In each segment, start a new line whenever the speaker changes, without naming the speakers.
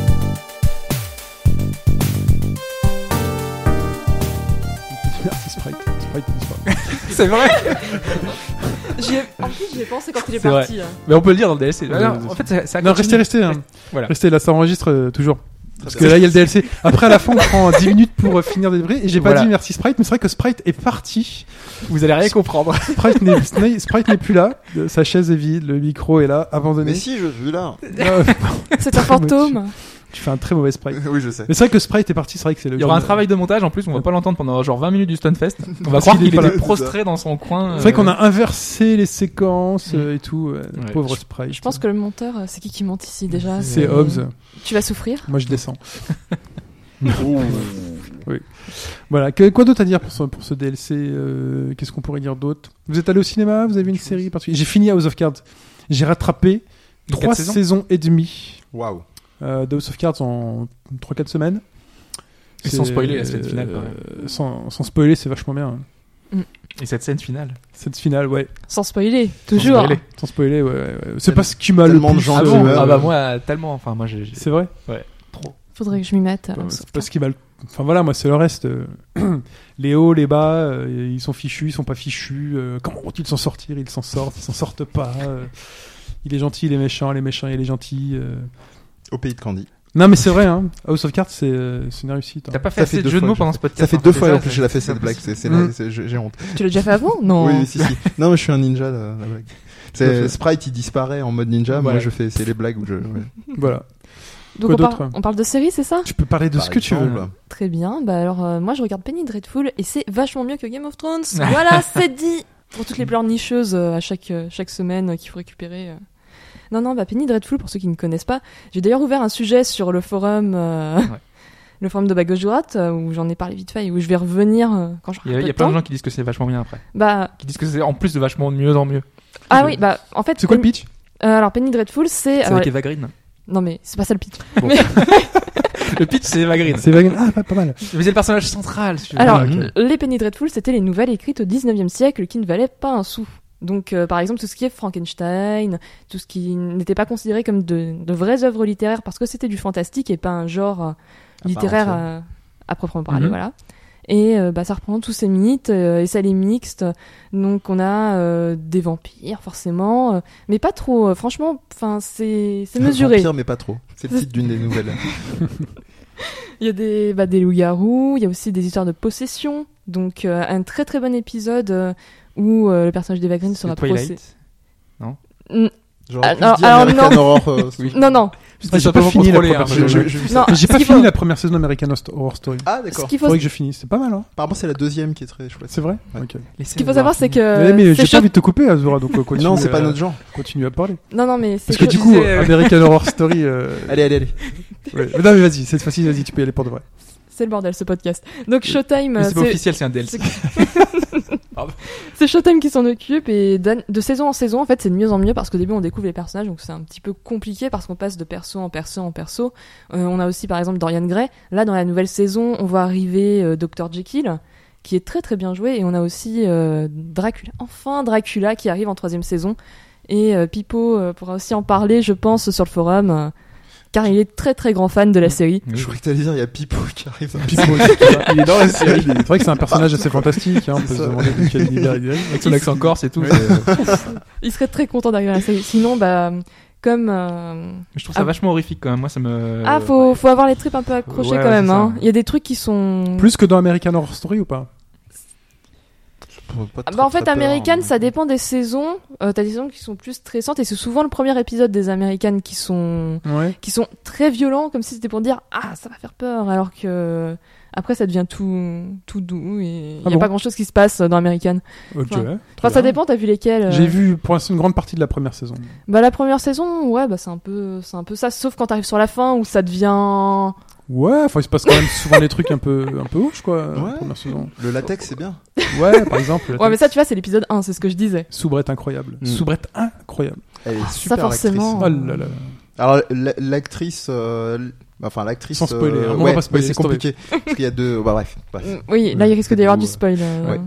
Sprite. Sprite, Sprite.
C'est vrai
J'y ai- En plus, j'y ai pensé quand il est,
C'est vrai.
parti. hein. là.
Mais on peut le dire dans le DLC.
Ouais,
Ah Non,
ouais,
en
ouais.
fait, ça, ça
Euh, Non,
continue.
restez, restez. hein.
Voilà.
Restez, là, ça enregistre euh, toujours. Parce que
bien.
là, il y a le DLC. Après, à la fin, on prend 10 minutes pour euh, finir des vrais. Et j'ai pas
Voilà.
dit merci Sprite, mais c'est vrai que Sprite est parti.
Vous allez rien comprendre.
Sprite n'est- Sna- Sprite n'est plus là. Euh, Sa chaise est vide, le micro est là, abandonné.
Mais si, je suis là.
Euh,
C'est un
Très motivé.
fantôme.
tu fais un très mauvais Sprite.
oui, je sais.
Mais c'est vrai que Sprite est parti, c'est vrai que c'est le.
Il y aura un travail de montage en plus, on va pas l'entendre pendant genre 20 minutes du Stunfest. On va
Parce
croire
qu'il est
qu'il
pas
était
là.
prostré dans son coin.
C'est vrai
euh,
qu'on a inversé les séquences euh, et tout. euh,
Mm. Ouais.
Pauvre Sprite.
Je pense que le monteur, euh, c'est qui qui monte ici déjà
c'est Hobbes.
Tu vas souffrir
Moi, je descends.
Ouh.
Voilà. Que- quoi d'autre à dire pour ce, pour ce DLC euh, Qu'est-ce qu'on pourrait dire d'autre Vous êtes allé au cinéma Vous avez vu une série particulière J'ai fini House of Cards. J'ai rattrapé
Les
trois
quatre saisons.
saisons. et demie
Waouh.
euh, de House of Cards en 3-4 semaines.
Et
C'est-
sans spoiler la scène finale,
euh,
quand
sans, sans spoiler, c'est vachement bien. hein.
euh, Et cette scène finale. bah,
Cette finale, ouais.
Sans spoiler, toujours.
spoiler.
Sans spoiler, ouais. ouais, ouais. C'est
Tellement-
pas ce qui m'a le
tellement de
plus.
gens
Ah,
qui
euh,
bon
meurent.
Ah bah moi, tellement. Enfin, moi, j'ai. j'ai-
C'est vrai.
Trop.
Faudrait que je m'y mette. euh,
Bah,
sauf
c'est pas ce qui va le- Enfin voilà, moi c'est le reste. euh, les hauts, les bas, euh, ils sont fichus, ils sont pas fichus. euh, comment vont-ils s'en sortir Ils s'en sortent, ils s'en sortent pas. euh, il est gentil, il est méchant, il est méchant, il est gentil. euh.
Au pays de Candy.
Non mais c'est vrai, hein, House of Cards c'est euh, c'est une réussite. hein.
T'as pas fait
Ça fait
assez de
deux
jeux de
fois
mots
que
pendant ce podcast.
Ça fait
hein,
deux
c'est
fois alors
ça,
que
c'est-
je la fais
c'est
cette blague,
impossible.
c'est, c'est,
Mm.
c'est- j'ai j'ai honte.
que- Tu l'as déjà fait avant Non.
Oui, si, si. Non, mais je suis un ninja, la, la blague. C'est,
fait.
Sprite, il disparaît en mode ninja, moi
Voilà.
je fais, c'est les blagues où je. ouais.
Voilà.
Donc
Quoi
on, par-
d'autre
on parle de série, c'est ça
Tu peux parler de
Par
ce que tu veux.
exemple.
Très bien. Bah alors, euh, moi je regarde Penny Dreadful et c'est vachement mieux que Game of Thrones. voilà, c'est dit Pour toutes les pleurnicheuses euh, à chaque, euh, chaque semaine euh, qu'il faut récupérer. euh. Non, non, bah Penny Dreadful, pour ceux qui ne connaissent pas, j'ai d'ailleurs ouvert un sujet sur le forum. euh, Le forum de bas gauche droite, euh, où j'en ai parlé vite fait, et où je vais revenir euh, quand je
Il y a, il y a plein de gens qui disent que c'est vachement bien après.
Bah,
Qui disent que c'est en plus de vachement de mieux en mieux.
ah oui, bah en fait.
C'est quoi le
Penny-
pitch
euh, Alors Penny Dreadful, c'est.
C'est
alors,
avec Eva Green.
Non mais c'est pas ça le pitch.
Le pitch, c'est Eva Green.
C'est vague- Ah, pas, pas mal.
Mais c'est le personnage central. si tu veux.
Alors,
Ah, ok.
les Penny Dreadful, c'était les nouvelles écrites au 19e siècle qui ne valaient pas un sou. Donc, euh, par exemple, tout ce qui est Frankenstein, tout ce qui n'était pas considéré comme de, de vraies œuvres littéraires parce que c'était du fantastique et pas un genre euh, littéraire
entière.
à, à proprement parler,
Mhm.
voilà. Et euh, bah, ça reprend tous ces mythes euh, et ça les mixte. Donc, on a euh, des vampires, forcément, euh, mais pas trop. euh, franchement, enfin, c'est c'est mesuré.
Vampire, mais pas trop. C'est le titre d'une des nouvelles.
Il y a des, bah, des loups-garous, il y a aussi des histoires de possession. Donc, euh, un très très bon épisode euh, où euh, le personnage d'Eva Green
C'est
sera possédé.
Twilight.
Genre,
Alors-
je dis American
alors non.
Horror, euh, Story.
Non, non,
Ils
j'ai
sont
pas
pas
fini la
contrôlés,
première
hein,
saison. Ah,
Je- je- je-
non.
J'ai
ce
pas
qu'il
fini
faut-
la première saison d'American Horror Story.
Ah,
Ce
d'accord.
qu'il faut,
Faudrait que je finisse. C'est pas mal, hein
Apparemment, c'est la deuxième qui est très chouette.
C'est vrai
Ouais.
Ok.
ce qu'il faut savoir, c'est que.
Mais, mais
c'est
j'ai pas
chaud-
envie de te couper, Azura, donc euh, continue.
Euh, Non, c'est pas
euh,
notre genre.
Continue à parler.
Non, non, mais c'est
Parce que
chaud.
du coup,
disais, euh,
American Horror Story. euh,
Allez, allez, allez.
ouais. Mais Non, mais vas-y, cette fois-ci, vas-y, tu peux y aller pour de vrai.
C'est le bordel ce podcast. Donc, Showtime,
Mais
euh,
c'est pas
c'est-
officiel, c'est un DLC.
c'est Showtime qui s'en occupe et d'an- de saison en saison, en fait, c'est de mieux en mieux parce qu'au début, on découvre les personnages, donc c'est un petit peu compliqué parce qu'on passe de perso en perso en perso. Euh, on a aussi, par exemple, Dorian Gray. Là, dans la nouvelle saison, on voit arriver euh, Dr. Jekyll, qui est très très bien joué, et on a aussi euh, Dracula. Enfin, Dracula qui arrive en troisième saison. Et euh, Pipo euh, pourra aussi en parler, je pense, sur le forum, euh, car il est très très grand fan de la série.
Je croyais que t'allais dire, il y a Pipo qui arrive.
Pipo, c'est- il est dans la série. C'est vrai que c'est un personnage assez fantastique, hein, on peut
C'est
se
ça.
demander de quel univers il est.
Avec son accent corse et tout.
Ouais.
c'est-
Il serait très content d'arriver à la série. Sinon, bah, comme. euh,
Je trouve ça
Ah.
vachement horrifique quand même. Moi, ça
Euh,
me.
Ah, faut, faut avoir les tripes un peu accrochées
Ouais,
quand
ouais,
même.
c'est ça.
hein. Il y a des trucs qui sont.
Plus que dans American Horror Story ou pas
Ah bah, en fait, américaine, ça dépend des saisons. Euh, T'as des saisons qui sont plus stressantes et c'est souvent le premier épisode des américaines qui sont
Ouais.
qui sont très violents, comme si c'était pour dire ah ça va faire peur, alors que après ça devient tout tout doux et il
Ah
y a
bon
pas grand chose qui se passe dans américaine.
Ok.
Enfin,
très
Enfin, ça
bien.
dépend. T'as vu lesquelles euh.
J'ai vu pour l'instant une grande partie de la première saison.
Bah la première saison, ouais, bah c'est un peu c'est un peu ça. Sauf quand t'arrives sur la fin où ça devient.
Ouais, enfin, il se passe quand même souvent des trucs un peu, un peu ouf, quoi, la
euh,
Ouais.
première saison.
Le latex, c'est bien.
Ouais, par exemple.
Ouais, mais ça tu vois, c'est l'épisode 1, c'est ce que je disais.
Soubrette incroyable.
Mm.
Soubrette incroyable.
Elle est
Ça
super
forcément.
Oh là là.
actrice. Alors, la- l'actrice. euh, l- Enfin, l'actrice.
Sans spoiler,
euh,
hein, on va
ouais,
pas spoiler,
ouais, c'est
laisse tomber.
compliqué. parce qu'il y a deux. Bah, bref. bref.
Mm, Oui, là il risque d'y avoir du spoil. euh.
Ouais.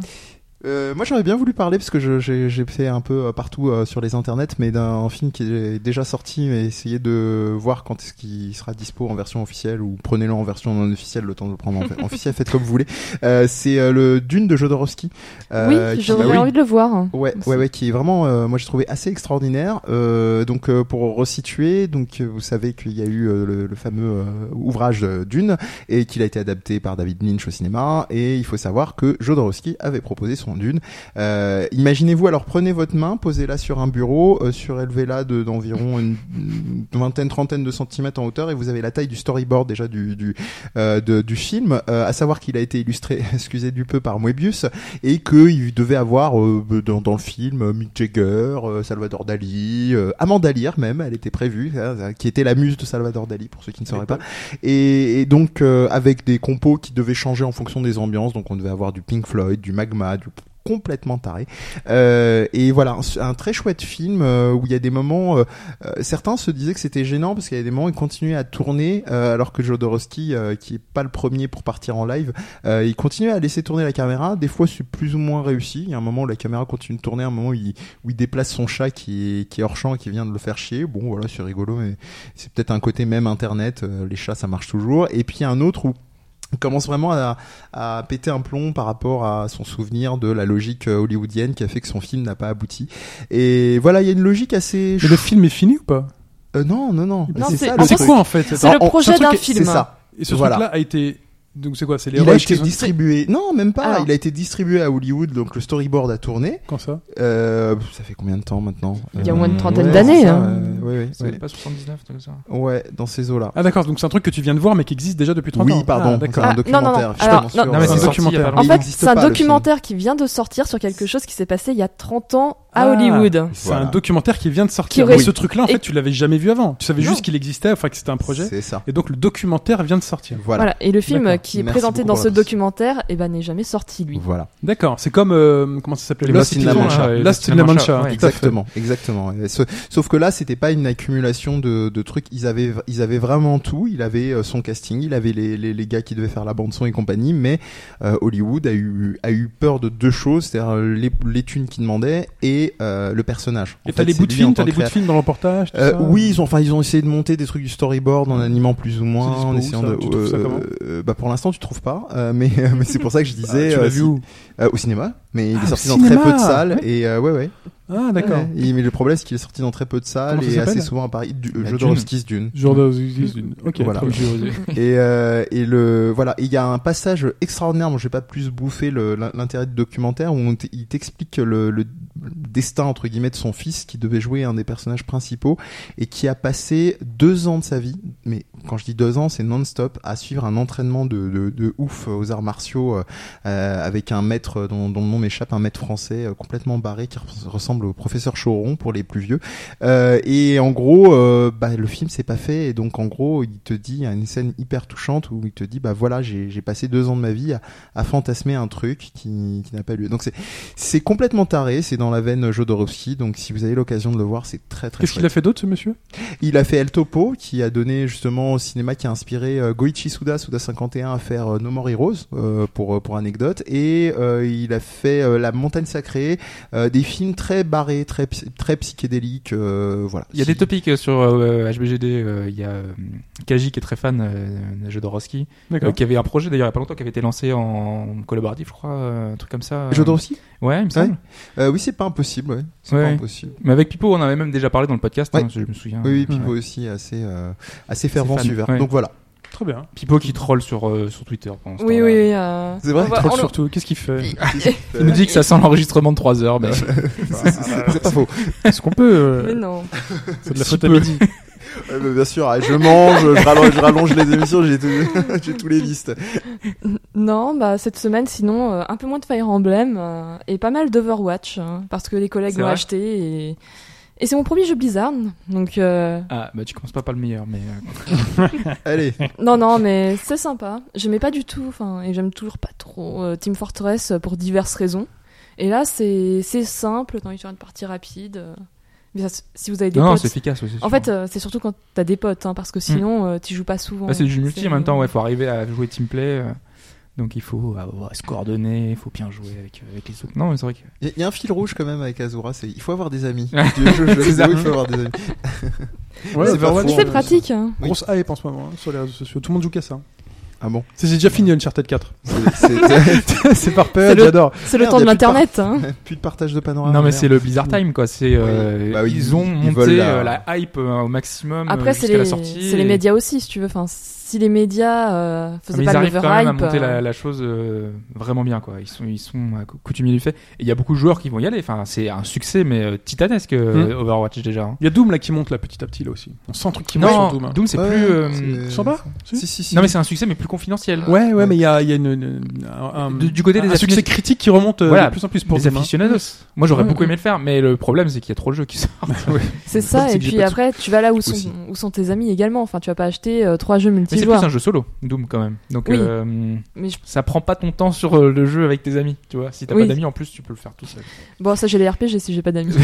Euh, moi j'aurais bien voulu parler parce que je- j'ai j'ai fait un peu euh, partout euh, sur les internets, mais d'un film qui est déjà sorti, mais essayez de voir quand est-ce qu'il sera dispo en version officielle ou prenez-le en version non officielle, le temps de le prendre en, en officiel, faites comme vous voulez. Euh, C'est euh, le Dune de Jodorowsky. euh,
oui,
qui-
j'aurais
bah oui.
envie de le voir. hein.
Ouais,
Aussi.
ouais, ouais, qui est vraiment, euh, moi j'ai trouvé assez extraordinaire. Euh, donc euh, pour resituer, donc euh, vous savez qu'il y a eu euh, le, le fameux euh, ouvrage euh, Dune et qu'il a été adapté par David Lynch au cinéma. Et il faut savoir que Jodorowsky avait proposé son Dune. Euh, Imaginez-vous alors prenez votre main, posez-la sur un bureau, euh, surélevez-la de- d'environ une, une vingtaine, trentaine de centimètres en hauteur et vous avez la taille du storyboard déjà du du, euh, de- du film. Euh, à savoir qu'il a été illustré, excusez du peu, par Moebius et qu'il devait avoir euh, dans, dans le film euh, Mick Jagger, euh, Salvador Dali, euh, Amanda Lear même, elle était prévue, hein, qui était la muse de Salvador Dali pour ceux qui ne sauraient pas. Et, et donc euh, avec des compos qui devaient changer en fonction des ambiances, donc on devait avoir du Pink Floyd, du Magma, du complètement taré Euh, et voilà un, un très chouette film euh, où il y a des moments euh, euh, certains se disaient que c'était gênant parce qu'il y a des moments où ils continuaient à tourner euh, alors que Jodorowsky euh, qui est pas le premier pour partir en live euh, il continue à laisser tourner la caméra. Des fois, c'est plus ou moins réussi. Il y a un moment où la caméra continue de tourner, un moment où il, où il déplace son chat qui est, qui est hors champ et qui vient de le faire chier. Bon, voilà, c'est rigolo, mais c'est peut-être un côté même internet. euh, les chats, ça marche toujours. Et puis, il y a un autre où il commence vraiment à, à péter un plomb par rapport à son souvenir de la logique euh, hollywoodienne qui a fait que son film n'a pas abouti. Et voilà, il y a une logique assez...
Mais le film est fini ou pas
Euh, non, non, non.
Non, c'est-
ça,
en
le
C'est
fait,
truc.
quoi en fait
C'est
En-
Alors,
le
en-
projet
ce truc
d'un
est-
film.
C'est ça.
Et ce
voilà.
truc-là a été. Donc c'est quoi C'est les
Il a
roches qui
été
sont-
distribué. Non, même pas.
Alors.
Il a été distribué à Hollywood, donc le storyboard a tourné.
Quand ça
Euh, ça fait combien de temps maintenant
Il y a
Euh,
au moins une trentaine
ouais,
d'années.
c'est ça,
hein.
euh, ouais, ouais,
C'est
ouais.
pas 79, tout ça.
Ouais, dans ces eaux-là.
Ah d'accord, donc c'est un truc que tu viens de voir mais qui existe déjà depuis 30 ans.
Oui, pardon,
Ah,
c'est
d'accord.
un
Ah, non, non, non.
documentaire.
Alors,
je suis
non,
pas
non, mais c'est
sûr, euh,
un documentaire.
sorti il y a pas
En
il
longtemps.
fait,
n'existe
c'est un
pas, le
documentaire qui vient de sortir sur quelque chose qui s'est passé il y a 30 ans à
Ah.
Hollywood.
C'est
Voilà.
un documentaire qui vient de
Qui
sortir.
aurait-
Mais ce truc-là, en
Et-
fait, tu l'avais jamais vu avant. Tu savais
Non.
juste qu'il existait, enfin que c'était un projet.
C'est ça.
Et donc le documentaire vient de sortir.
Voilà.
Voilà. Et le film
D'accord.
qui est
Merci
présenté
beaucoup
dans
pour
ce
la précision.
documentaire, eh ben, n'est jamais sorti, lui.
Voilà.
D'accord. C'est comme euh, comment ça s'appelait
Lost in La
Pigeon,
Mancha.
hein, Lost in La Mancha.
Ouais.
tout à fait.
Exactement, exactement. Et ce- Sauf que là, c'était pas une accumulation de, de trucs. Ils avaient, ils avaient vraiment tout. Il avait euh, son casting, il avait les, les, les gars qui devaient faire la bande son et compagnie. Mais euh, Hollywood a eu, a eu peur de deux choses, c'est-à-dire euh, les, les thunes qu'il demandait et euh, le personnage. En
Et t'as
fait,
les
c'est
bouts de
lui
films,
en
t'as
tant
les
que
bouts de films dans l'emportage. tout
Euh,
ça
oui, ils ont, enfin, ils ont essayé de monter des trucs du storyboard en animant plus ou moins,
C'est dispo
en
où,
essayant
ça
de.
Tu trouves ça comment
euh, bah pour l'instant, tu trouves pas, euh, mais, mais c'est pour ça que je
Ah,
disais.
tu
euh,
l'as
si-
vu où
euh, Au cinéma, mais il
Ah,
est
au
sorti dans très
cinéma
peu de salles et euh, ouais, ouais.
Ah d'accord.
Ouais. Et- mais le problème, c'est qu'il est sorti dans très peu de salles
Comment ça
et assez
s'appelle
souvent à Paris. Du,
La
Jodorowsky's Dune.
Jordan, ok,
Voilà.
très bien.
et, euh, et le voilà, il y a un passage extraordinaire. Moi, j'ai pas plus bouffé le- l'in- l'intérêt du documentaire où on t- il t'explique le, le destin entre guillemets de son fils qui devait jouer un des personnages principaux et qui a passé deux ans de sa vie. Mais quand je dis deux ans, c'est non-stop à suivre un entraînement de, de, de ouf aux arts martiaux euh, euh, avec un maître dont, dont le nom m'échappe, un maître français euh, complètement barré qui res- ressemble au professeur Choron pour les plus vieux. Euh, et en gros, euh, bah, le film s'est pas fait. Et donc, en gros, il te dit, il y a une scène hyper touchante où il te dit, bah voilà, j'ai j'ai passé deux ans de ma vie à, à fantasmer un truc qui, qui n'a pas lieu. Donc, c'est- c'est complètement taré. C'est dans la veine Jodorowsky. Donc, si vous avez l'occasion de le voir, c'est très très
Qu'est-ce qu'il a fait d'autre, ce monsieur
il a fait El Topo, qui a donné justement au cinéma, qui a inspiré euh, Goichi Suda, Suda 51, à faire euh, No More Heroes, euh, pour, euh, pour anecdote. Et euh, il a fait euh, La Montagne Sacrée, euh, des films très barrés, très, psy- très psychédéliques. euh, voilà.
Il y a des
Qui-
topics euh, sur euh, HBGD. euh, Il y a euh, Kaji qui est très fan euh, de Jodorowsky, euh,
D'accord.
qui avait un projet d'ailleurs il y a pas longtemps qui avait été lancé en collaboratif, je crois, euh, un truc comme ça. euh.
Jodorowsky
Ouais, il me semble.
Euh, Oui, c'est pas impossible, ouais. C'est
Ouais.
pas impossible.
Mais avec Pipo, on avait même déjà parlé dans le podcast,
Ouais.
hein, je me souviens.
Oui, oui, Pipo
Ouais.
aussi, assez, euh, assez fervent
fan,
suiveur.
ouais.
Donc voilà.
Très bien.
Pipo qui troll sur, euh, sur Twitter. pendant ce
Oui, oui,
temps-là.
oui. euh,
C'est vrai
on
qu'il
va-
Troll
on le-
surtout. Qu'est-ce qu'il fait
Il nous dit que ça sent l'enregistrement de 3 heures, mais
C'est pas faux.
Est-ce qu'on peut euh,
Mais non.
C'est de la
Si
faute à
peu.
midi.
Ouais, mais bien sûr, ah, je mange, je rallonge, je rallonge les émissions, j'ai tout- j'ai tous les listes.
Non, bah cette semaine, sinon, euh, un peu moins de Fire Emblem euh, et pas mal d'Overwatch hein, parce que les collègues
C'est
l'ont
vrai
acheté et, et c'est mon premier jeu Blizzard. Donc euh,
Ah, bah tu commences pas par le meilleur, mais euh,
Allez.
non, non, mais c'est sympa. J'aimais pas du tout, enfin, et j'aime toujours pas trop euh, Team Fortress euh, pour diverses raisons. Et là, c'est c'est simple, t'as envie de faire une partie rapide. euh, mais ça, si vous avez des
non, non,
potes,
c'est Hmm. efficace aussi.
en fait, euh, c'est surtout quand
Ah, Bah,
t'as des potes, hein, parce que sinon, euh, t'y joues pas souvent.
c'est du multi en même temps, ouais, faut arriver à jouer teamplay. euh, Donc il faut avoir- se coordonner, il faut bien jouer avec, euh, avec les autres. Non, mais c'est vrai que.
Il y, a- il y a un fil rouge quand même avec Azura, c'est il faut avoir des amis. je je- je l'avoue, il faut avoir des amis.
Ouais,
c'est pas
Overwatch,
faux,
euh,
C'est pratique. hein.
Oui.
Grosse hype en ce moment hein, sur les réseaux sociaux. Tout le monde joue qu'à ça. hein.
Ah bon
C'est c'est déjà fini Uncharted 4.
C'est- c'est-
c'est par période,
C'est le-
j'adore.
C'est le
Merde,
temps de
y a plus de
l'internet. hein.
Plus de partage de panorama.
non, mais
merde.
c'est le Blizzard Time, quoi. C'est, euh,
Bah oui,
ils ont
ils
monté
veulent
euh,
la-
la... hype euh, au maximum euh,
Après, c'est
jusqu'à
les,
la sortie.
c'est les
et-
médias aussi, si tu veux. Enfin, si les médias euh,
Ah,
faisaient
Mais ils
pas
arrivent quand même à
l'overhype.
monter la,
euh,
la chose euh, vraiment bien, quoi. Ils sont, ils sont euh, cou- coutumiers du fait. Et il y a beaucoup de joueurs qui vont y aller. Enfin, c'est un succès, mais euh, titanesque, euh, Overwatch déjà. hein.
Il y a Doom là qui monte là petit à petit là aussi. On sent un truc qui monte
non,
sur Doom. hein.
c'est
Ouais,
plus. euh,
c'est-
Ils sont pas Si.
Si, si, si.
Non, mais c'est un succès, mais plus confidentiel.
Ouais, ouais, mais il y a, il y a une, une- un, un-
Du- du côté
un
des
succès
affini-
critique qui remonte euh,
Voilà,
de plus en plus pour
Pour les
Doom, hein.
aficionados. Moi, j'aurais
Ouais,
beaucoup
ouais.
aimé le faire, mais le problème, c'est qu'il y a trop de jeux qui sortent.
C'est
C'est ça,
que
et
j'ai
puis
pas de
après, tu vas là où
Aussi.
sont, où sont tes amis également. Enfin, tu vas pas acheter euh, trois jeux
Mais c'est plus
multijoueurs.
un jeu solo, Doom quand même. Donc
Oui.
euh,
Mais je-
ça prend pas ton temps sur euh, le jeu avec tes amis, tu vois. Si t'as pas
Oui.
d'amis en plus, tu peux le faire tout seul.
Bon, ça, j'ai les RPG si j'ai pas d'amis.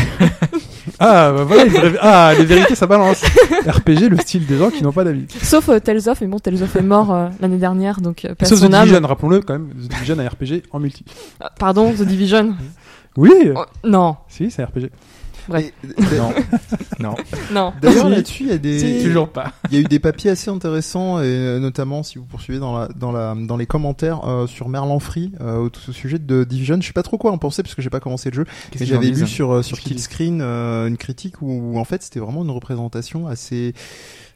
Ah, bah voilà, une vraie- ah, les vérités, ça balance. RPG, le style des gens qui n'ont pas d'avis.
Sauf euh, Tales of, mais bon, Tales of est mort euh, l'année dernière, donc euh, paix à
Sauf The
son âme.
Division, rappelons-le quand même. The Division a RPG en multi.
Ah, Pardon, The Division.
Oui,
Oh, non,
si, c'est un RPG.
Ouais.
Et- d'a-
Non, non,
non.
D'ailleurs,
Si.
là-dessus, il y a des.
toujours pas.
Il y a eu des papiers assez intéressants et euh, notamment si vous poursuivez dans la dans la dans les commentaires euh, sur Merlan Free euh, au, au sujet de Division, je sais pas trop quoi en penser parce que j'ai pas commencé le jeu, mais j'avais lu sur euh, sur
Qu'est-ce qu'ils disent
Killscreen euh, une critique où, en fait c'était vraiment une représentation assez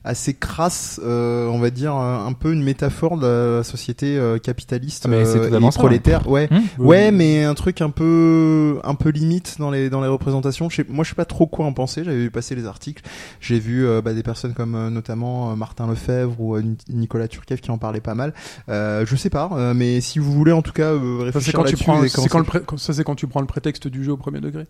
assez crasse, euh, on va dire euh, un peu une métaphore de la société euh, capitaliste
Ah, mais c'est
euh,
totalement
et
ça,
prolétaire, ouais.
Hum
Ouais, mais un truc un peu, un peu limite dans les, dans les représentations. Je sais, moi, je sais pas trop quoi en penser. J'avais vu passer les articles. J'ai vu euh, bah, des personnes comme euh, notamment euh, Martin Lefebvre ou euh, Ni- Nicolas Turquev qui en parlaient pas mal. Euh, je sais pas, euh, mais si vous voulez en tout cas euh,
Ça, c'est
réfléchir
quand, tu
là-dessus
prends,
et
c'est quand le
commencer-
pré- ça, c'est quand tu prends le prétexte du jeu au premier degré.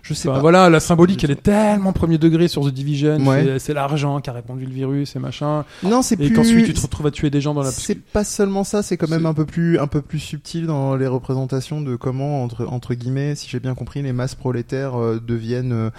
je sais
Enfin,
pas.
Voilà, la symbolique, elle est tellement premier degré sur The Division.
Ouais.
c'est- C'est l'argent qui a répandu le virus et machin.
Non, c'est
Et
plus.
qu'ensuite, tu te retrouves à tuer des gens dans la.
C'est pas seulement ça, c'est quand même
C'est-
un peu plus un peu plus subtil dans les représentations de comment entre entre guillemets, si j'ai bien compris, les masses prolétaires euh, deviennent euh,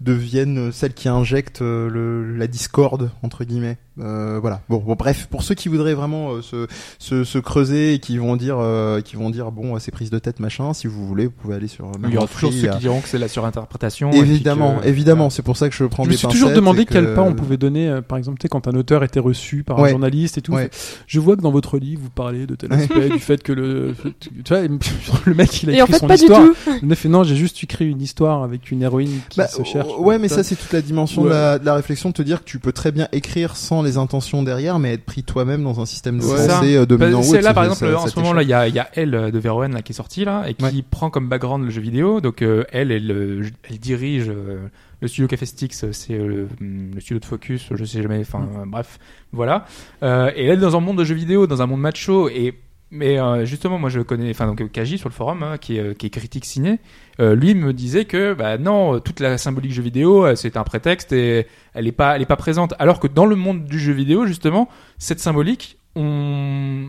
deviennent celles qui injectent euh, le, la discorde entre guillemets. Euh, voilà. Bon, bon, bref, pour ceux qui voudraient vraiment euh, se, se se creuser et qui vont dire euh, qui vont dire bon, euh, ces prises de tête machin, si vous voulez, vous pouvez aller sur euh,
Il y aura
Merlin
toujours
Free,
ceux
euh,
qui diront que c'est la surinterprétation. et puis
Évidemment,
que- euh,
évidemment, c'est pour ça que je prends
Je
des
me suis toujours
pincettes
demandé
et que-
quel pas on pouvait donner, euh, par exemple, tu sais, quand un auteur était reçu par un
Ouais.
journaliste et tout.
Ouais.
fait, Je vois que dans votre livre, vous parlez de tel
Ouais.
aspect, du fait que le, tu vois, le mec, il a
Et en
écrit
fait,
son
pas
histoire.
du tout.
Le mec fait, non, j'ai juste écrit une histoire avec une héroïne qui
Bah,
se cherche.
Ouais, mais ça, c'est toute la dimension de,
Ouais.
la, de la réflexion de te dire que tu peux très bien écrire sans les intentions derrière, mais être pris toi-même dans un système de
Ouais.
pensée euh,
Bah,
dominant. ou
c'est
autre,
là par
ça-
exemple
ça-
en
ça hein.
ce moment là il y a, il y a Elle euh, de Verhoeven là qui est sortie là et qui
Ouais.
prend comme background le jeu vidéo donc euh, elle elle, euh, elle dirige euh, le studio Café Stix euh, c'est euh, hum, le studio de Focus je sais jamais enfin
Mm.
euh, bref voilà Euh, et elle est dans un monde de jeux vidéo dans un monde macho et mais euh, justement moi je connais enfin donc euh, Kaji sur le forum hein, qui, est, euh, qui est critique ciné euh, lui me disait que bah non euh, toute la symbolique jeu vidéo euh, c'est un prétexte et elle est pas elle est pas présente alors que dans le monde du jeu vidéo justement cette symbolique, on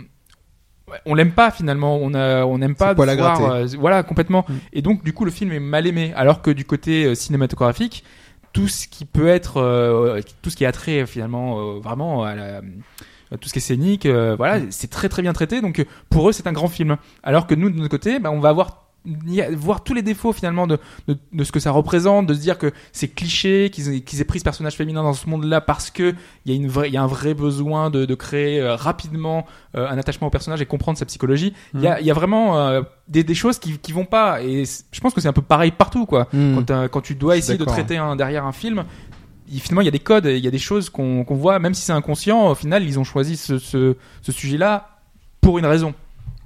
ouais, on l'aime pas finalement, on a on n'aime pas
C'est poil à
voir,
gratter.
euh, voilà complètement.
Mm.
Et donc du coup le film est mal aimé, alors que du côté euh, cinématographique, tout ce qui peut être, euh, tout ce qui est attrait finalement euh, vraiment à la à tout ce qui est scénique, euh, voilà, c'est très très bien traité. Donc euh, pour eux, c'est un grand film. Alors que nous, de notre côté, bah, on va avoir y a- voir tous les défauts finalement de, de, de ce que ça représente, de se dire que c'est cliché, qu'ils aient- qu'ils aient pris ce personnage féminin dans ce monde-là parce que il y a une vraie, il y a un vrai besoin de, de créer euh, rapidement euh, un attachement au personnage et comprendre sa psychologie. Il
Mm.
y, a, il y a vraiment euh, des, des choses qui, qui vont pas et c- je pense que c'est un peu pareil partout quoi.
Hmm.
Quand, euh, quand tu dois
Je suis
essayer de
d'accord,
traiter un, derrière un film, il- finalement, il y a des codes, il y a des choses qu'on qu'on voit, même si c'est inconscient, au final, ils ont choisi ce, ce, ce sujet-là pour une raison.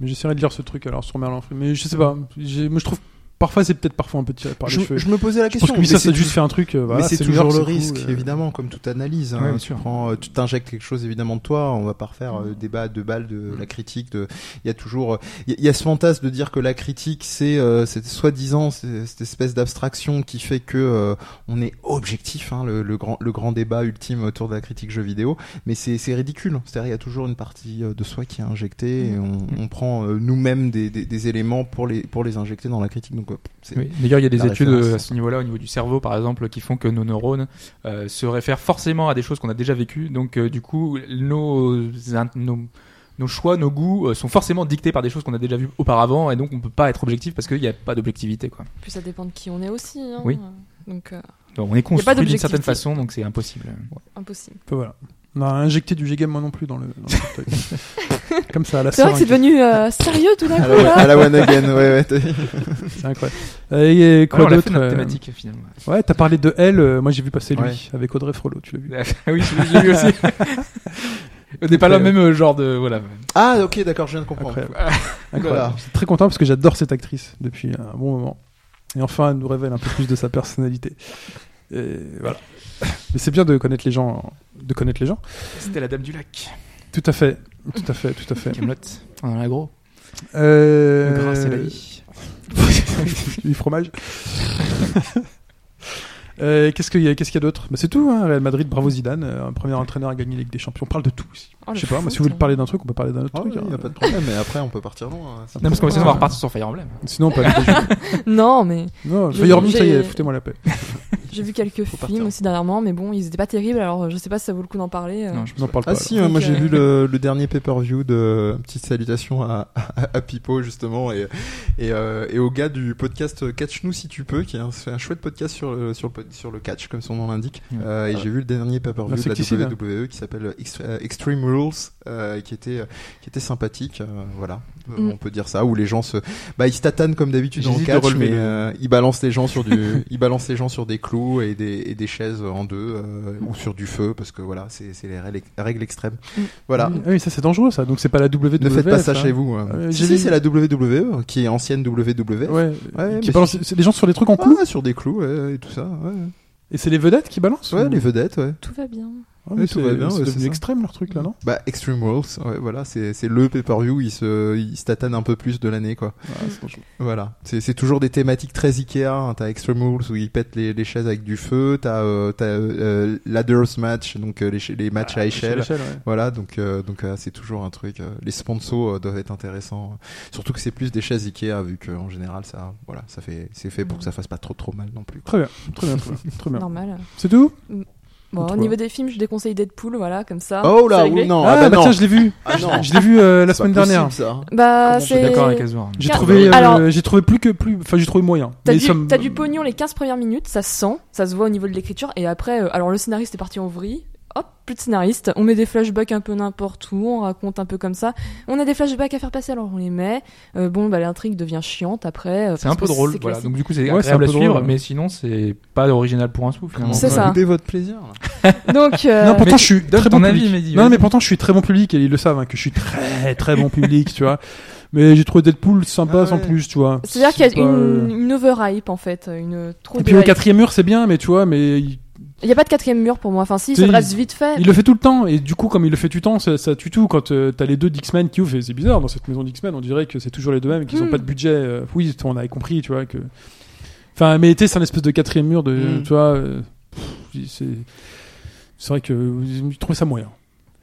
Mais j'essaierai de lire ce truc alors sur Merlin Free. Mais je sais pas. j'ai- Moi, je trouve parfois c'est peut-être parfois un peu tiré par les
Je,
cheveux.
je me posais la
Je pense
question.
que lui,
mais
ça,
c'est
c'est juste fait un truc. euh, voilà,
mais c'est
New
toujours
York,
le
c'est
risque,
cool, euh.
évidemment, comme toute analyse. hein.
Ouais, bien
tu
sûr.
prends, euh, tu t'injectes quelque chose évidemment de toi. On va pas refaire euh, le débat de balles de la critique. De, il y a toujours, euh, il y, a- il y a ce fantasme de dire que la critique, c'est, euh, c'est soi-disant c'est- cette espèce d'abstraction qui fait que euh, on est objectif. hein, le, le grand, le grand débat ultime autour de la critique jeu vidéo. Mais c'est, c'est ridicule. hein. C'est-à-dire, il y a toujours une partie euh, de soi qui est injectée. Et on, on prend euh, nous-mêmes des, des, des éléments pour les, pour les injecter dans la critique. Donc, euh, c'est-
D'ailleurs, il y a des
La
études
référence.
euh, à ce niveau-là, au niveau du cerveau, par exemple, qui font que nos neurones euh, se réfèrent forcément à des choses qu'on a déjà vécues. Donc, euh, du coup, nos, in- nos, nos choix, nos goûts euh, sont forcément dictés par des choses qu'on a déjà vues auparavant, et donc on peut pas être objectif parce qu'il n'y a pas d'objectivité. Quoi.
Puis ça dépend de qui on est aussi. hein.
Oui.
Donc euh,
Donc, on est
pas
construit d'une
d'objectivité.
certaine façon, donc c'est impossible. Ouais.
impossible.
Peu, voilà. On a injecté du G-Game moi non plus dans le. Dans le truc. Comme ça, à la
C'est vrai que c'est
seringue.
devenu euh, sérieux tout d'un
À
coup.
la,
là.
à la one again, Ah, ouais, ouais.
C'est incroyable. Euh, Et
Ouais,
quoi
on a fait
d'autre
notre
euh,
thématique finalement.
Ouais, t'as parlé de elle. euh, moi, j'ai vu passer lui
Ouais.
avec Audrey Frollo. Tu l'as vu
oui, je l'ai vu aussi. on n'est pas le même euh, genre de. Voilà.
Ah, ok, d'accord, je viens de comprendre.
Incroyable.
Voilà.
Incroyable. Je suis très content parce que j'adore cette actrice depuis un bon moment. Et enfin, elle nous révèle un peu plus de sa personnalité. Et voilà. Mais c'est bien de connaître les gens, de connaître les gens.
C'était la Dame du Lac.
Tout à fait, tout à fait, tout à fait.
Camelot. On en a gros.
Euh,
Le gras, c'est la vie.
du fromage. Euh, qu'est-ce qu'il y a, qu'est-ce qu'il y a d'autre Bah, C'est tout, hein. Real Madrid, bravo Zidane, euh, un premier entraîneur à gagner la Ligue des Champions. On parle de tout ici.
Oh, le
Je sais pas, moi,
foot,
si vous voulez
hein.
parler d'un truc, on peut parler d'un autre
Ah
truc.
oui,
hein.
y a pas de problème, mais après on peut partir loin. hein, c'est
Non, parce qu'on va
pas-
essayer de repartir sur Fire Emblem.
Sinon, on peut aller des jeux.
Non, mais
Non,
J'ai-
Fire Emblem, ça y est,
j'ai-
foutez-moi la paix.
j'ai vu quelques films
partir.
aussi dernièrement, mais bon, ils étaient pas terribles, alors euh, je sais pas si ça vaut le coup d'en parler. euh.
Non, je
Je n'en parle pas.
Ah
alors.
si, euh,
Donc,
moi j'ai
euh,
vu le, le dernier pay-per-view de petite salutation à, à, à Pipo justement et et, euh, et au gars du podcast Catch nous si tu peux qui est un, c'est un chouette podcast sur le, sur le pod- sur le catch comme son nom l'indique
Ouais.
Euh, et j'ai vu le dernier pay-per-view de
L'insecticide.
la WWE qui s'appelle Ext- euh, Extreme Rules euh, qui était qui était sympathique euh, voilà Euh,
Mm.
on peut dire ça où les gens se bah ils se tatanent comme d'habitude en
J'hésite de
catch
relever
mais
le-
euh, ils balancent les gens sur du ils balancent les gens sur des clous et des et des chaises en deux euh, ou sur du feu parce que voilà c'est c'est les règles- règles extrêmes voilà.
Ah Oui, ça c'est dangereux ça. Donc c'est pas la WWE.
Ne faites pas ça
hein.
chez vous. hein.
Euh,
Si,
j'ai
si,
vu-
c'est la WWE, qui est ancienne WWF.
Ouais.
Ouais,
qui
mais
balance- c'est les gens sur les trucs en clou.
Ah, sur des clous ouais, et tout ça. Ouais,
Et c'est les vedettes qui balancent.
Ouais,
ou-
les vedettes, ouais.
Tout va bien.
Ah, mais
tout va bien, ouais,
C'est
c'est
devenu
ça.
extrême leur truc là, non
Bah, Extreme Rules, ouais, voilà, c'est c'est le pay-per-view, ils se, ils se tatanent un peu plus de l'année, quoi. Voilà. C'est c'est toujours des thématiques très Ikea, hein. T'as Extreme Rules où ils pètent les, les chaises avec du feu, t'as euh, t'as, euh, Ladders Match, donc euh, les, cha- les
Ah,
matchs à échelle.
ouais.
Voilà, donc euh, donc euh, c'est toujours un truc. euh, les sponsors euh, doivent être intéressants, surtout que c'est plus des chaises Ikea euh, vu que en général ça, voilà, ça fait c'est fait pour que ça fasse pas trop trop mal non plus. quoi.
Très bien, très bien, très bien. très bien.
Normal.
C'est tout
Bon,
Toi.
au niveau des films, je déconseille Deadpool, voilà, comme ça.
oh
c'est
là,
réglé.
oui, non,
Ah,
ah, bah,
bah
non.
tiens, je l'ai vu.
Ah non,
Je l'ai vu euh, la
c'est
semaine
pas
dernière.
possible, ça.
Bah,
Comment je suis
Ah, suis
c'est.
d'accord avec Azor.
J'ai
Car-
trouvé, euh,
Alors-
j'ai trouvé plus que plus, enfin j'ai trouvé moyen.
T'as
Mais
du,
ça me-
t'as du pognon les 15 premières minutes, ça se sent, ça se voit au niveau de l'écriture, et après, euh, alors le scénariste est parti en vrille, hop, plus de scénariste, on met des flashbacks un peu n'importe où, on raconte un peu comme ça, on a des flashbacks à faire passer, alors on les met, euh, bon, bah l'intrigue devient chiante après. euh,
C'est un
parce
peu
que
drôle,
c'est
voilà.
classique.
Donc du coup, c'est
Ouais, c'est un
agréable à
peu drôle,
suivre,
ouais.
mais sinon, c'est pas original pour un sou finalement.
C'est
Vous
ça.
boudez votre plaisir. là.
Donc, euh,
Non, pourtant
Mais
je suis
donne
très
ton
bon
avis,
public.
Mehdi,
non,
vas-y.
mais pourtant je suis très bon public et ils le savent hein, que je suis très très bon public, tu vois. Mais j'ai trouvé Deadpool sympa
Ah ouais.
sans plus, tu vois.
C'est-à-dire qu'il y a
pas,
une,
euh,
une overhype en fait, une trop
Et
de
puis le
hype.
quatrième mur c'est bien, mais tu vois, mais il,
Il n'y a pas de quatrième mur pour moi, enfin si,
Tu
ça
sais,
reste vite fait.
il le fait tout le temps et du coup comme il le fait tout le temps, ça, ça tue tout quand euh, t'as les deux d'X-Men qui ouvrent. et C'est bizarre dans cette maison d'X-Men, on dirait que c'est toujours les deux mêmes et qu'ils ont
Hmm.
pas de budget. euh, oui, on avait compris, tu vois que. Enfin, mais tu sais, c'est un espèce de quatrième mur de,
Hmm.
tu vois, euh, pff, c'est c'est vrai que euh, je trouvais ça moyen.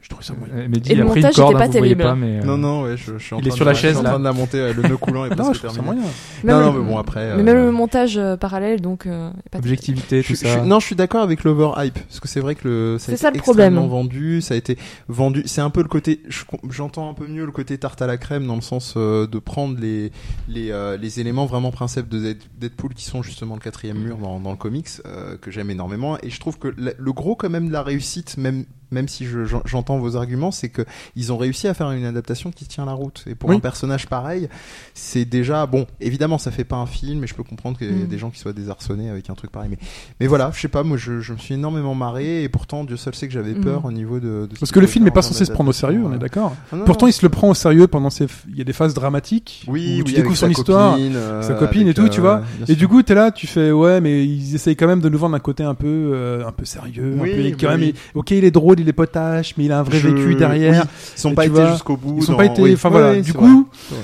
Je trouvais ça moyen.
Euh, Mehdi
Et le
a pris une
montage
corde,
était
hein,
pas
vous voyez
terrible.
pas, mais. euh,
Non, non, ouais, je, je suis en
Il est
train
sur
de,
la chaise,
je suis en
là.
train de la monter. euh, Le nœud coulant est
Non,
presque
je trouve ça
terminé.
moyen.
Même
non,
le-
non, mais bon après.
mais même
euh,
le montage euh, parallèle, donc. euh, est pas terrible.
Objectivité,
Je-
tout
je-
ça.
non, je suis d'accord avec l'overhype parce que c'est vrai que le ça a
C'est
été
ça, le
extrêmement
problème. hein.
vendu, ça a été vendu. C'est un peu le côté, je com- j'entends un peu mieux le côté tarte à la crème dans le sens euh, de prendre les les, euh, les éléments vraiment principes de Dead- Deadpool qui sont justement le quatrième mur dans, dans le comics euh, que j'aime énormément et je trouve que la- le gros quand même de la réussite même même si je- j'en- j'entends vos arguments, c'est que ils ont réussi à faire une adaptation qui tient la route. Et pour
Oui.
un personnage pareil, c'est déjà bon. Évidemment, ça fait pas un film, et je peux comprendre qu'il y a
Mm.
des gens qui soient désarçonnés avec un truc pareil. Mais, mais voilà, je sais pas. Moi, je, je me suis énormément marré, et pourtant, Dieu seul sait que j'avais
Mm.
peur au niveau de. de ce
Mhm. Parce
qu'ils
que le
pouvaient
film n'est
faire
pas
en termes
censé se prendre au sérieux,
d'adaptation,
on est
voilà.
d'accord.
Ah, non,
Pourtant,
non.
il se le prend au sérieux pendant ses. Il y a des phases dramatiques
oui,
où
oui,
tu
avec
découvres
sa
son histoire.
copine, euh,
sa copine et
avec,
tout, tu vois.
bien
Et
sûr.
du coup, t'es là, tu fais ouais, mais ils essayent quand même de nous vendre un côté un peu, euh, un peu sérieux,
Oui,
un peu
oui,
quand même.
oui.
il- Ok, il est drôle, il est potache, mais il a un vrai
Je-
vécu derrière.
oui, ils sont
Et
pas
tu
été
vois,
jusqu'au bout.
Ils sont
dans-
pas été.
oui.
Enfin
Ouais,
voilà.
ouais,
du
c'est vrai.
coup,
C'est vrai.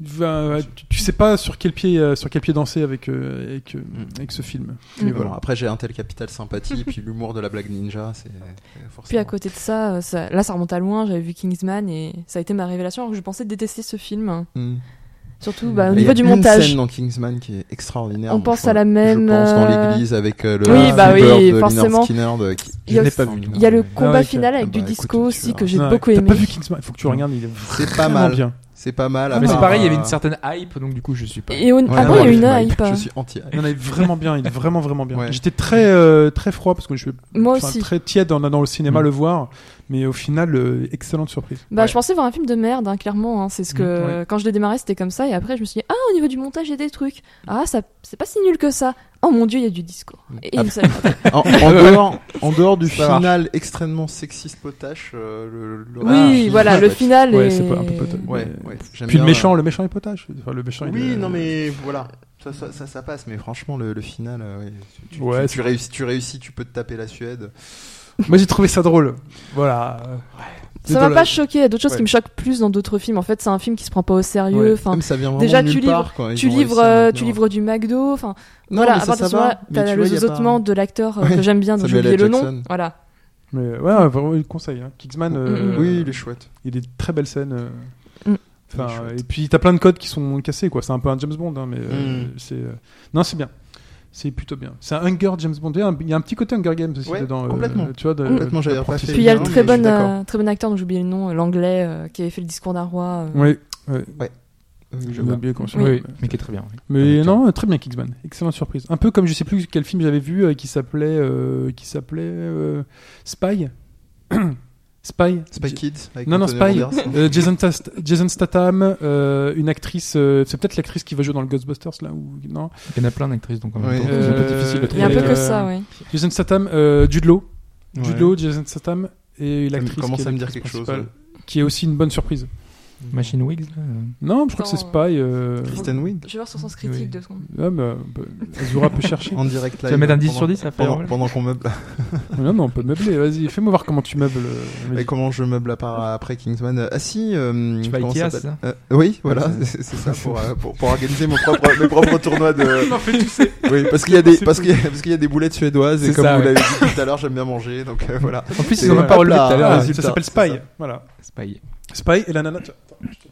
va- tu, tu sais pas sur quel pied, euh, sur quel pied danser avec euh, avec, euh, avec ce film. Mais
Mm.
Bon,
voilà.
après, j'ai un tel capital sympathie, puis l'humour de la blague ninja, c'est c'est forcément.
Puis à côté de ça, euh, ça- là ça remonte à loin, j'avais vu Kingsman et ça a été ma révélation alors que je pensais détester ce film.
Mm.
Je Surtout bah, au
Et il y
niveau
a
du
une
montage.
scène dans Kingsman qui est extraordinaire.
On
Moi,
pense
je
à la même,
Je pense dans
euh,
l'église avec euh, le
Oui, bah oui,
Freebird de Lynyrd
forcément.
Skinner de- qui-
Il y a
je l'ai
aussi-
pas vu.
Il y a le combat
ouais,
final avec
bah,
du
écoute,
disco
tu
aussi
verras.
que j'ai
Ouais,
beaucoup
T'as
aimé.
pas vu Kingsman Il faut que tu regardes. Il est
C'est pas
vraiment
mal.
bien.
C'est pas mal. à
Mais c'est
part,
pareil, il y avait
euh,
une certaine hype, donc du coup, je suis pas.
Et on-
ouais,
ah
non,
bon, il y a
je
eu
suis
une
hype.
hype.
Je suis anti.
Il y en avait vraiment bien, il est vraiment vraiment bien.
Ouais.
J'étais très euh, très froid parce que je suis
Moi
enfin,
aussi.
très tiède en allant au cinéma
Mm.
le voir, mais au final euh, excellente surprise.
Bah,
Ouais.
je pensais voir un film de merde, hein, clairement. hein, C'est ce
Mm,
que quand je l'ai démarré, c'était comme ça. Et après, je me suis dit, ah, au niveau du montage, il y a des trucs. Ah, ça, c'est pas si nul que ça. Oh mon dieu, il y a du discours. Et
Ah,
il me savait
bah,
pas.
En, en dehors, en dehors du
Ça marche.
final extrêmement sexiste potache, euh, le, le-
Oui,
ah,
voilà, le final
Ouais,
est.
c'est pas- un peu potache.
Ouais, ouais, j'aime
Puis le
bien,
méchant, le méchant est potage. Enfin, le méchant.
euh,
il
Oui,
est-
non mais voilà, ça, ça, ça, ça passe. Mais franchement, le, le final, euh, ouais, tu, tu-
Ouais,
tu-
c'est-
tu réussis, tu réussis, tu peux te taper la Suède.
Moi j'ai trouvé ça drôle. Voilà.
Ça m'a
Dans la-
pas choqué. Il y a d'autres choses
Ouais.
qui me choquent plus dans d'autres films. En fait, c'est un film qui se prend pas au sérieux.
Ouais.
Enfin,
Même ça vient vraiment
déjà,
de
tu
nulle
livres-
part, quoi. Ils
tu
ont réussi
livres,
à
euh,
maintenir.
tu livres du McDo. Enfin,
Non,
voilà.
mais
À
ça,
partir
ça
de ce moment-là,
va. Mais
t'as
tu
le
vois, y a pas-
zozotement de l'acteur euh,
Ouais.
que j'aime bien, dont j'ai
Samuel L.
oublié le nom.
Jackson.
Voilà.
Mais euh, ouais, vraiment le conseil. Hein. Kingsman. euh,
Mm, mm.
Oui, il est chouette.
Il y a des très belles scènes. euh,
Mm.
enfin,
Il est chouette.
et puis t'as plein de codes qui sont cassés quoi. C'est un peu un James Bond, hein, mais euh,
Mm.
c'est euh, non c'est bien. C'est plutôt bien. C'est un Hunger James Bond. Il y a un- il y a un petit côté Hunger Games aussi
Ouais,
dedans. euh,
complètement.
tu vois, de-
Complètement, j'avais pas fait
d'apprentissage.
Puis il y a le
Non, mais
très
je suis
bon,
d'accord.
euh, très bon acteur dont j'ai oublié le nom, euh, l'anglais, euh, qui avait fait le discours d'un roi. euh.
Oui, ouais,
Oui,
j'ai
je vois.
oublié comment ça
Oui,
s'appelle.
mais qui est très bien. oui.
Mais non, très bien Kingsman. Excellente surprise. Un peu comme je sais plus quel film j'avais vu euh, qui s'appelait euh, qui s'appelait euh, Spy. Spy.
Spy Kids. avec
Non, non,
Anthony
Spy.
Rogers.
Euh, Jason, Tast- Jason Statham, euh, une actrice, euh, c'est peut-être l'actrice qui va jouer dans le Ghostbusters là ou non
Il y en a plein d'actrices, donc en même
Ouais.
temps, c'est un peu
Euh,
difficile de
Il y a un
Et,
peu
trouver.
que
euh,
ça, oui.
Jason Statham, euh, Jude Law, Jude
Ouais.
Law, Jason Statham et
Ça me
l'actrice
commence
qui est
à me dire
l'actrice
quelque chose.
principale, qui est aussi une bonne surprise.
Machine Wigs. là, euh,
Non, je crois que c'est
Attends,
Spy. euh,
Kristen Wiig.
Je vais voir son sens
critique
critique
oui.
de
deux
secondes.
ah, bah, bah, Azura peut chercher.
En direct
Tu
live.
vas mettre un 10
pendant-
sur 10, ça fait.
pendant,
voilà.
pendant qu'on meuble.
non, non, on peut meubler. Vas-y, fais-moi voir comment tu meubles. euh,
Et
Amélie.
comment je meuble à part après Kingsman Ah si. euh,
Tu vas
comment
Ikea,
ça
c'est
s'appelle
ça
Euh, Oui, voilà, c'est c'est ça pour, euh, pour, pour organiser mon propre, mes propres tournois de. Oui, parce qu'il y a des parce qu'il y a, parce qu'il y a des boulettes suédoises et
C'est
comme
ça,
vous
ouais.
l'avez dit tout à l'heure, j'aime bien manger, donc euh, voilà.
En plus,
C'est-
ils en ont pas
hop
relevé tout
là,
à
Ah,
l'heure.
ça
résultat,
s'appelle
c'est
Spy. Voilà.
Spy.
Spy et la nana. tu-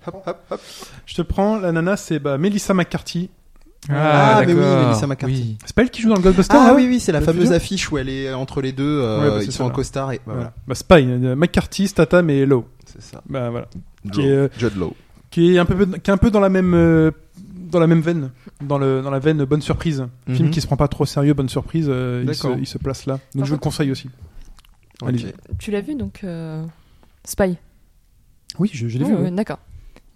Hop, hop, hop.
Je te prends. La nana, c'est bah, Melissa McCarthy.
Ah, mais oui,
d'accord.
Melissa McCarthy.
Oui.
C'est pas elle qui joue dans le Ghostbusters
Ah
là
oui oui, c'est la
La
fameuse
hein fusion
affiche où elle est entre les deux, euh,
Ouais, bah, c'est
ils
ça,
sont en
là.
costard et bah,
Voilà.
voilà,
Bah, Spy, euh, McCarthy, Statham et Law.
c'est ça.
Bah voilà. Qui est, euh,
Lowe. Judd Law.
qui est un peu qui est un peu dans la même euh, dans la même veine dans le dans la veine bonne surprise film
Mhm.
qui se prend pas trop au sérieux bonne surprise euh, il, se,
D'accord.
il se place là donc
Par
je vous le
contre-
conseille aussi Allez-y.
Tu l'as vu donc euh, Spy.
oui je, je l'ai
Ouais,
vu
Oh, ouais,
ouais.
D'accord.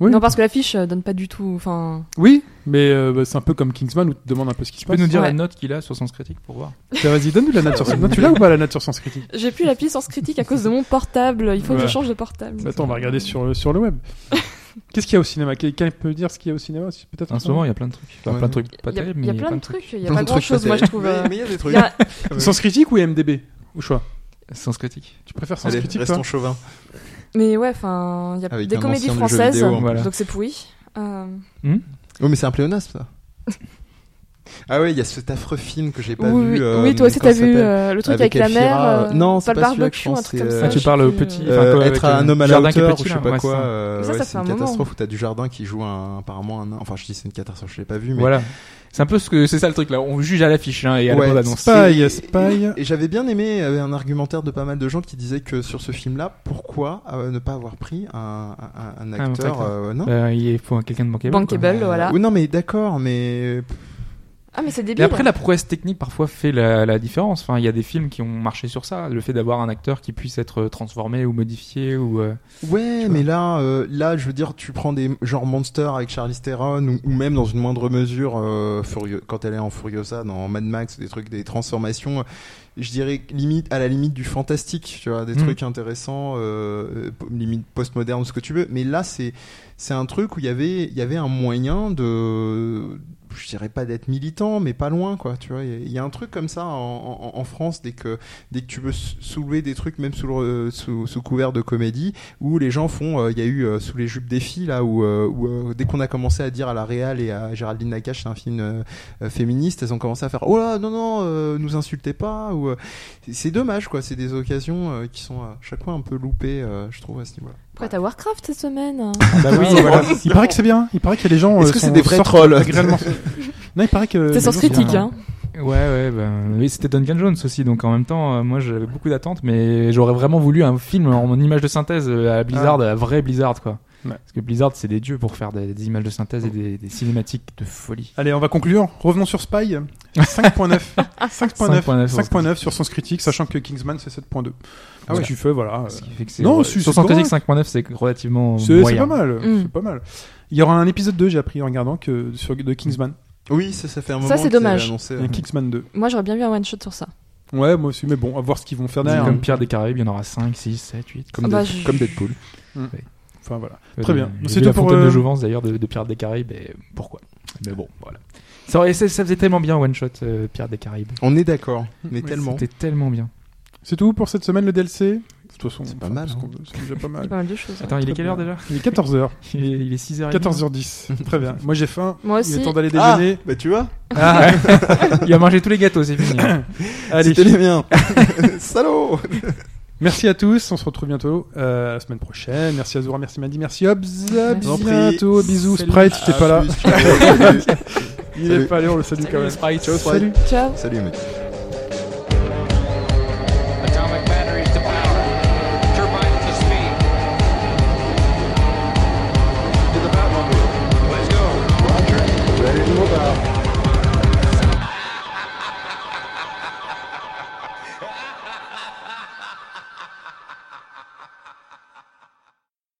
Oui.
Non parce que l'affiche euh, donne pas du tout. Enfin,
oui mais euh, bah, c'est un peu comme Kingsman où tu te demandes un peu ce qui se
Tu peux
passe
nous dire
Ouais.
la note qu'il a sur Sens Critique pour voir
Tiens, vas-y donne nous la
Ah,
nature sens non, tu l'as ou pas la nature sens critique
j'ai plus l'appli sens critique à cause de mon portable. Il faut que
Ouais.
je change de portable.
attends on va regarder sur le- sur le web qu'est-ce qu'il y a au cinéma quelqu'un peut dire ce qu'il y a au cinéma aussi, peut-être
En ce moment, il y a plein de trucs. Enfin,
Ouais.
plein de trucs pas
Il y a,
terribles,
il
mais
y a plein de trucs. Il y a
Plein
pas
de
grand
trucs
chose.
pas
Moi je trouve.
terribles. Mais
euh,
mais il y a des
il
trucs.
y a-
sens critique ou MDB au choix
Sens Critique.
tu préfères sens
Allez,
critique
restons
toi
chauvin.
Mais ouais, enfin, il y a
Avec
des
un
comédies
ancien du jeu
françaises.
vidéo, en
Voilà.
Donc c'est pourri. Euh,
Oui, mais c'est un pléonasme, ça. ah ouais, il y a cet affreux film que j'ai pas
oui,
vu.
oui,
euh,
oui, toi aussi
comment
t'as
ça
vu
s'appelle
euh, le truc
Avec
avec, la
Elphira,
mer.
euh,
euh,
non, c'est
pas le
pas celui-là que je
barbecue, un
pense,
truc
c'est,
comme
euh,
ça.
Ah,
tu
je
parles
sais
au
plus,
petit.
euh,
Enfin,
Euh,
quoi, avec,
être à
euh,
un homme à la
Jardin qui est
hauteur,
petit,
je sais
là,
pas
ouais,
quoi.
c'est ça.
euh,
Mais ça,
ouais,
ça fait
c'est
un
une
moment.
catastrophe où t'as du jardin qui joue un. Apparemment, un. Enfin, je dis c'est une catastrophe, je l'ai pas vu, mais.
Voilà. C'est un peu ce que c'est ça le truc là. On juge à l'affiche hein, et à
Ouais.
la bande-annonce.
Spy Spy
Et j'avais bien aimé il y avait un argumentaire de pas mal de gens qui disaient que sur ce film-là, pourquoi euh, ne pas avoir pris un, un- un
autre
acteur
acteur.
euh, non
Euh, il faut un- quelqu'un de manquable. quoi.
Bankable, voilà.
Oui, non, mais d'accord, mais
Ah mais c'est
Mais
débile.
après, la prouesse technique parfois fait la, la différence. Enfin, il y a des films qui ont marché sur ça. Le fait d'avoir un acteur qui puisse être transformé ou modifié ou. euh,
Ouais,
Tu
mais là, euh, là, je veux dire, tu prends des genre Monster avec Charlize Theron ou, ou même dans une moindre mesure euh, Furio- quand elle est en Furiosa dans Mad Max, des trucs, des transformations. euh, Je dirais que limite à la limite du fantastique, tu vois, des
Mm.
trucs intéressants, euh, po- limite postmoderne, ce que tu veux. Mais là, c'est c'est un truc où il y avait il y avait un moyen de je dirais pas d'être militant, mais pas loin, quoi. Tu vois, il y a- il y, a un truc comme ça en, en- en France dès que dès que tu veux sou- soulever des trucs, même sous, le- euh, sous, sous couvert de comédie, où les gens font. euh, Il y a eu euh, sous les jupes des filles là, où, euh, où, euh, dès qu'on a commencé à dire à la Réal et à Géraldine Nakache, c'est un film euh, euh, féministe, elles ont commencé à faire. Oh là, non non, euh, nous insultez pas. Ou euh, c'est- c'est dommage, quoi. C'est des occasions euh, qui sont à chaque fois un peu loupées, euh, je trouve à ce niveau-là.
Prête à Warcraft cette
Euh,
semaine
Bah oui, voilà. Il paraît que c'est bien. Il paraît que les gens.
Est-ce
euh,
que
sont-
c'est des vrais
sortent
trolls
agréablement. Non, il paraît que.
C'est
les gens
sens
sont-
critique, hein.
Ouais, ouais, ben, oui, c'était Duncan Jones aussi, donc en même temps, euh, moi j'avais beaucoup d'attentes, mais j'aurais vraiment voulu un film en image de synthèse euh, à Blizzard, à vrai Blizzard, quoi.
Ah. Ouais.
Parce que Blizzard, c'est des dieux pour faire des, des images de synthèse et des, des cinématiques de folie.
Allez, on va conclure. Revenons sur Spy. 5.9.
Ah,
5.9.
5.9,
5.9 sur Sens Critique, sachant que Kingsman c'est 7.2.
Ah ouais.
Si tu fais, voilà.
Ce qui fait que c'est-
Non,
euh,
c'est-
sur
c'est pas
Scientific
mal.
5.9, c'est relativement
C'est c'est
moyen.
pas mal.
Mm.
C'est pas mal. Il y aura un épisode 2, j'ai appris en regardant que sur de Kingsman,
Oui, ça, ça fait un moment.
Ça, c'est
qu'ils avaient
dommage.
annoncé,
Mm.
Il y a
euh,
un Kingsman 2.
Moi, j'aurais bien vu un one shot sur ça.
Ouais, moi aussi, mais bon, à voir ce qu'ils vont faire
C'est
derrière.
Comme Pierre des Caraïbes, il y en aura 5, 6, 7, 8.
Comme,
Ah bah,
Dead-
je-
comme Deadpool.
hein. Enfin voilà. Très bien. C'est
C'est
tout
la
pour,
fontaine
euh,
de Jouvence d'ailleurs de, de Pierre des Caraïbes. Et pourquoi Mais bon, voilà. Ça, aurait- ça- ça faisait tellement bien One Shot euh, Pierre des Caraïbes.
On est d'accord, mais
Ouais,
tellement.
C'était tellement bien.
C'est tout pour cette semaine le DLC. De toute façon,
C'est pas
enfin,
mal,
parce
hein.
qu'on- C'est déjà pas
Il y a
mal.
pas mal de choses. hein. ouais.
Attends, il est
très
quelle heure
bien.
déjà
Il est 14h.
il est, il est 6h30.
14h10. Très bien. Moi j'ai faim.
Moi
Il
aussi.
est temps d'aller
Ah
déjeuner.
bah tu vois,
il a mangé tous les gâteaux, c'est fini. hein.
Allez.
c'était les miens. Salaud
Merci à tous. On se retrouve bientôt euh, la semaine prochaine. Merci à Zora, merci Mandy, merci Hobbs. À
Je
vous en prie.
bientôt. Bisous.
Salut.
Sprite, si t'es pas là.
Ah, plus, tu vois.
Il est
Salut.
pas allé, on le salue quand même.
Sprite.
Ciao, Sprite.
Ciao.
Salut, mec.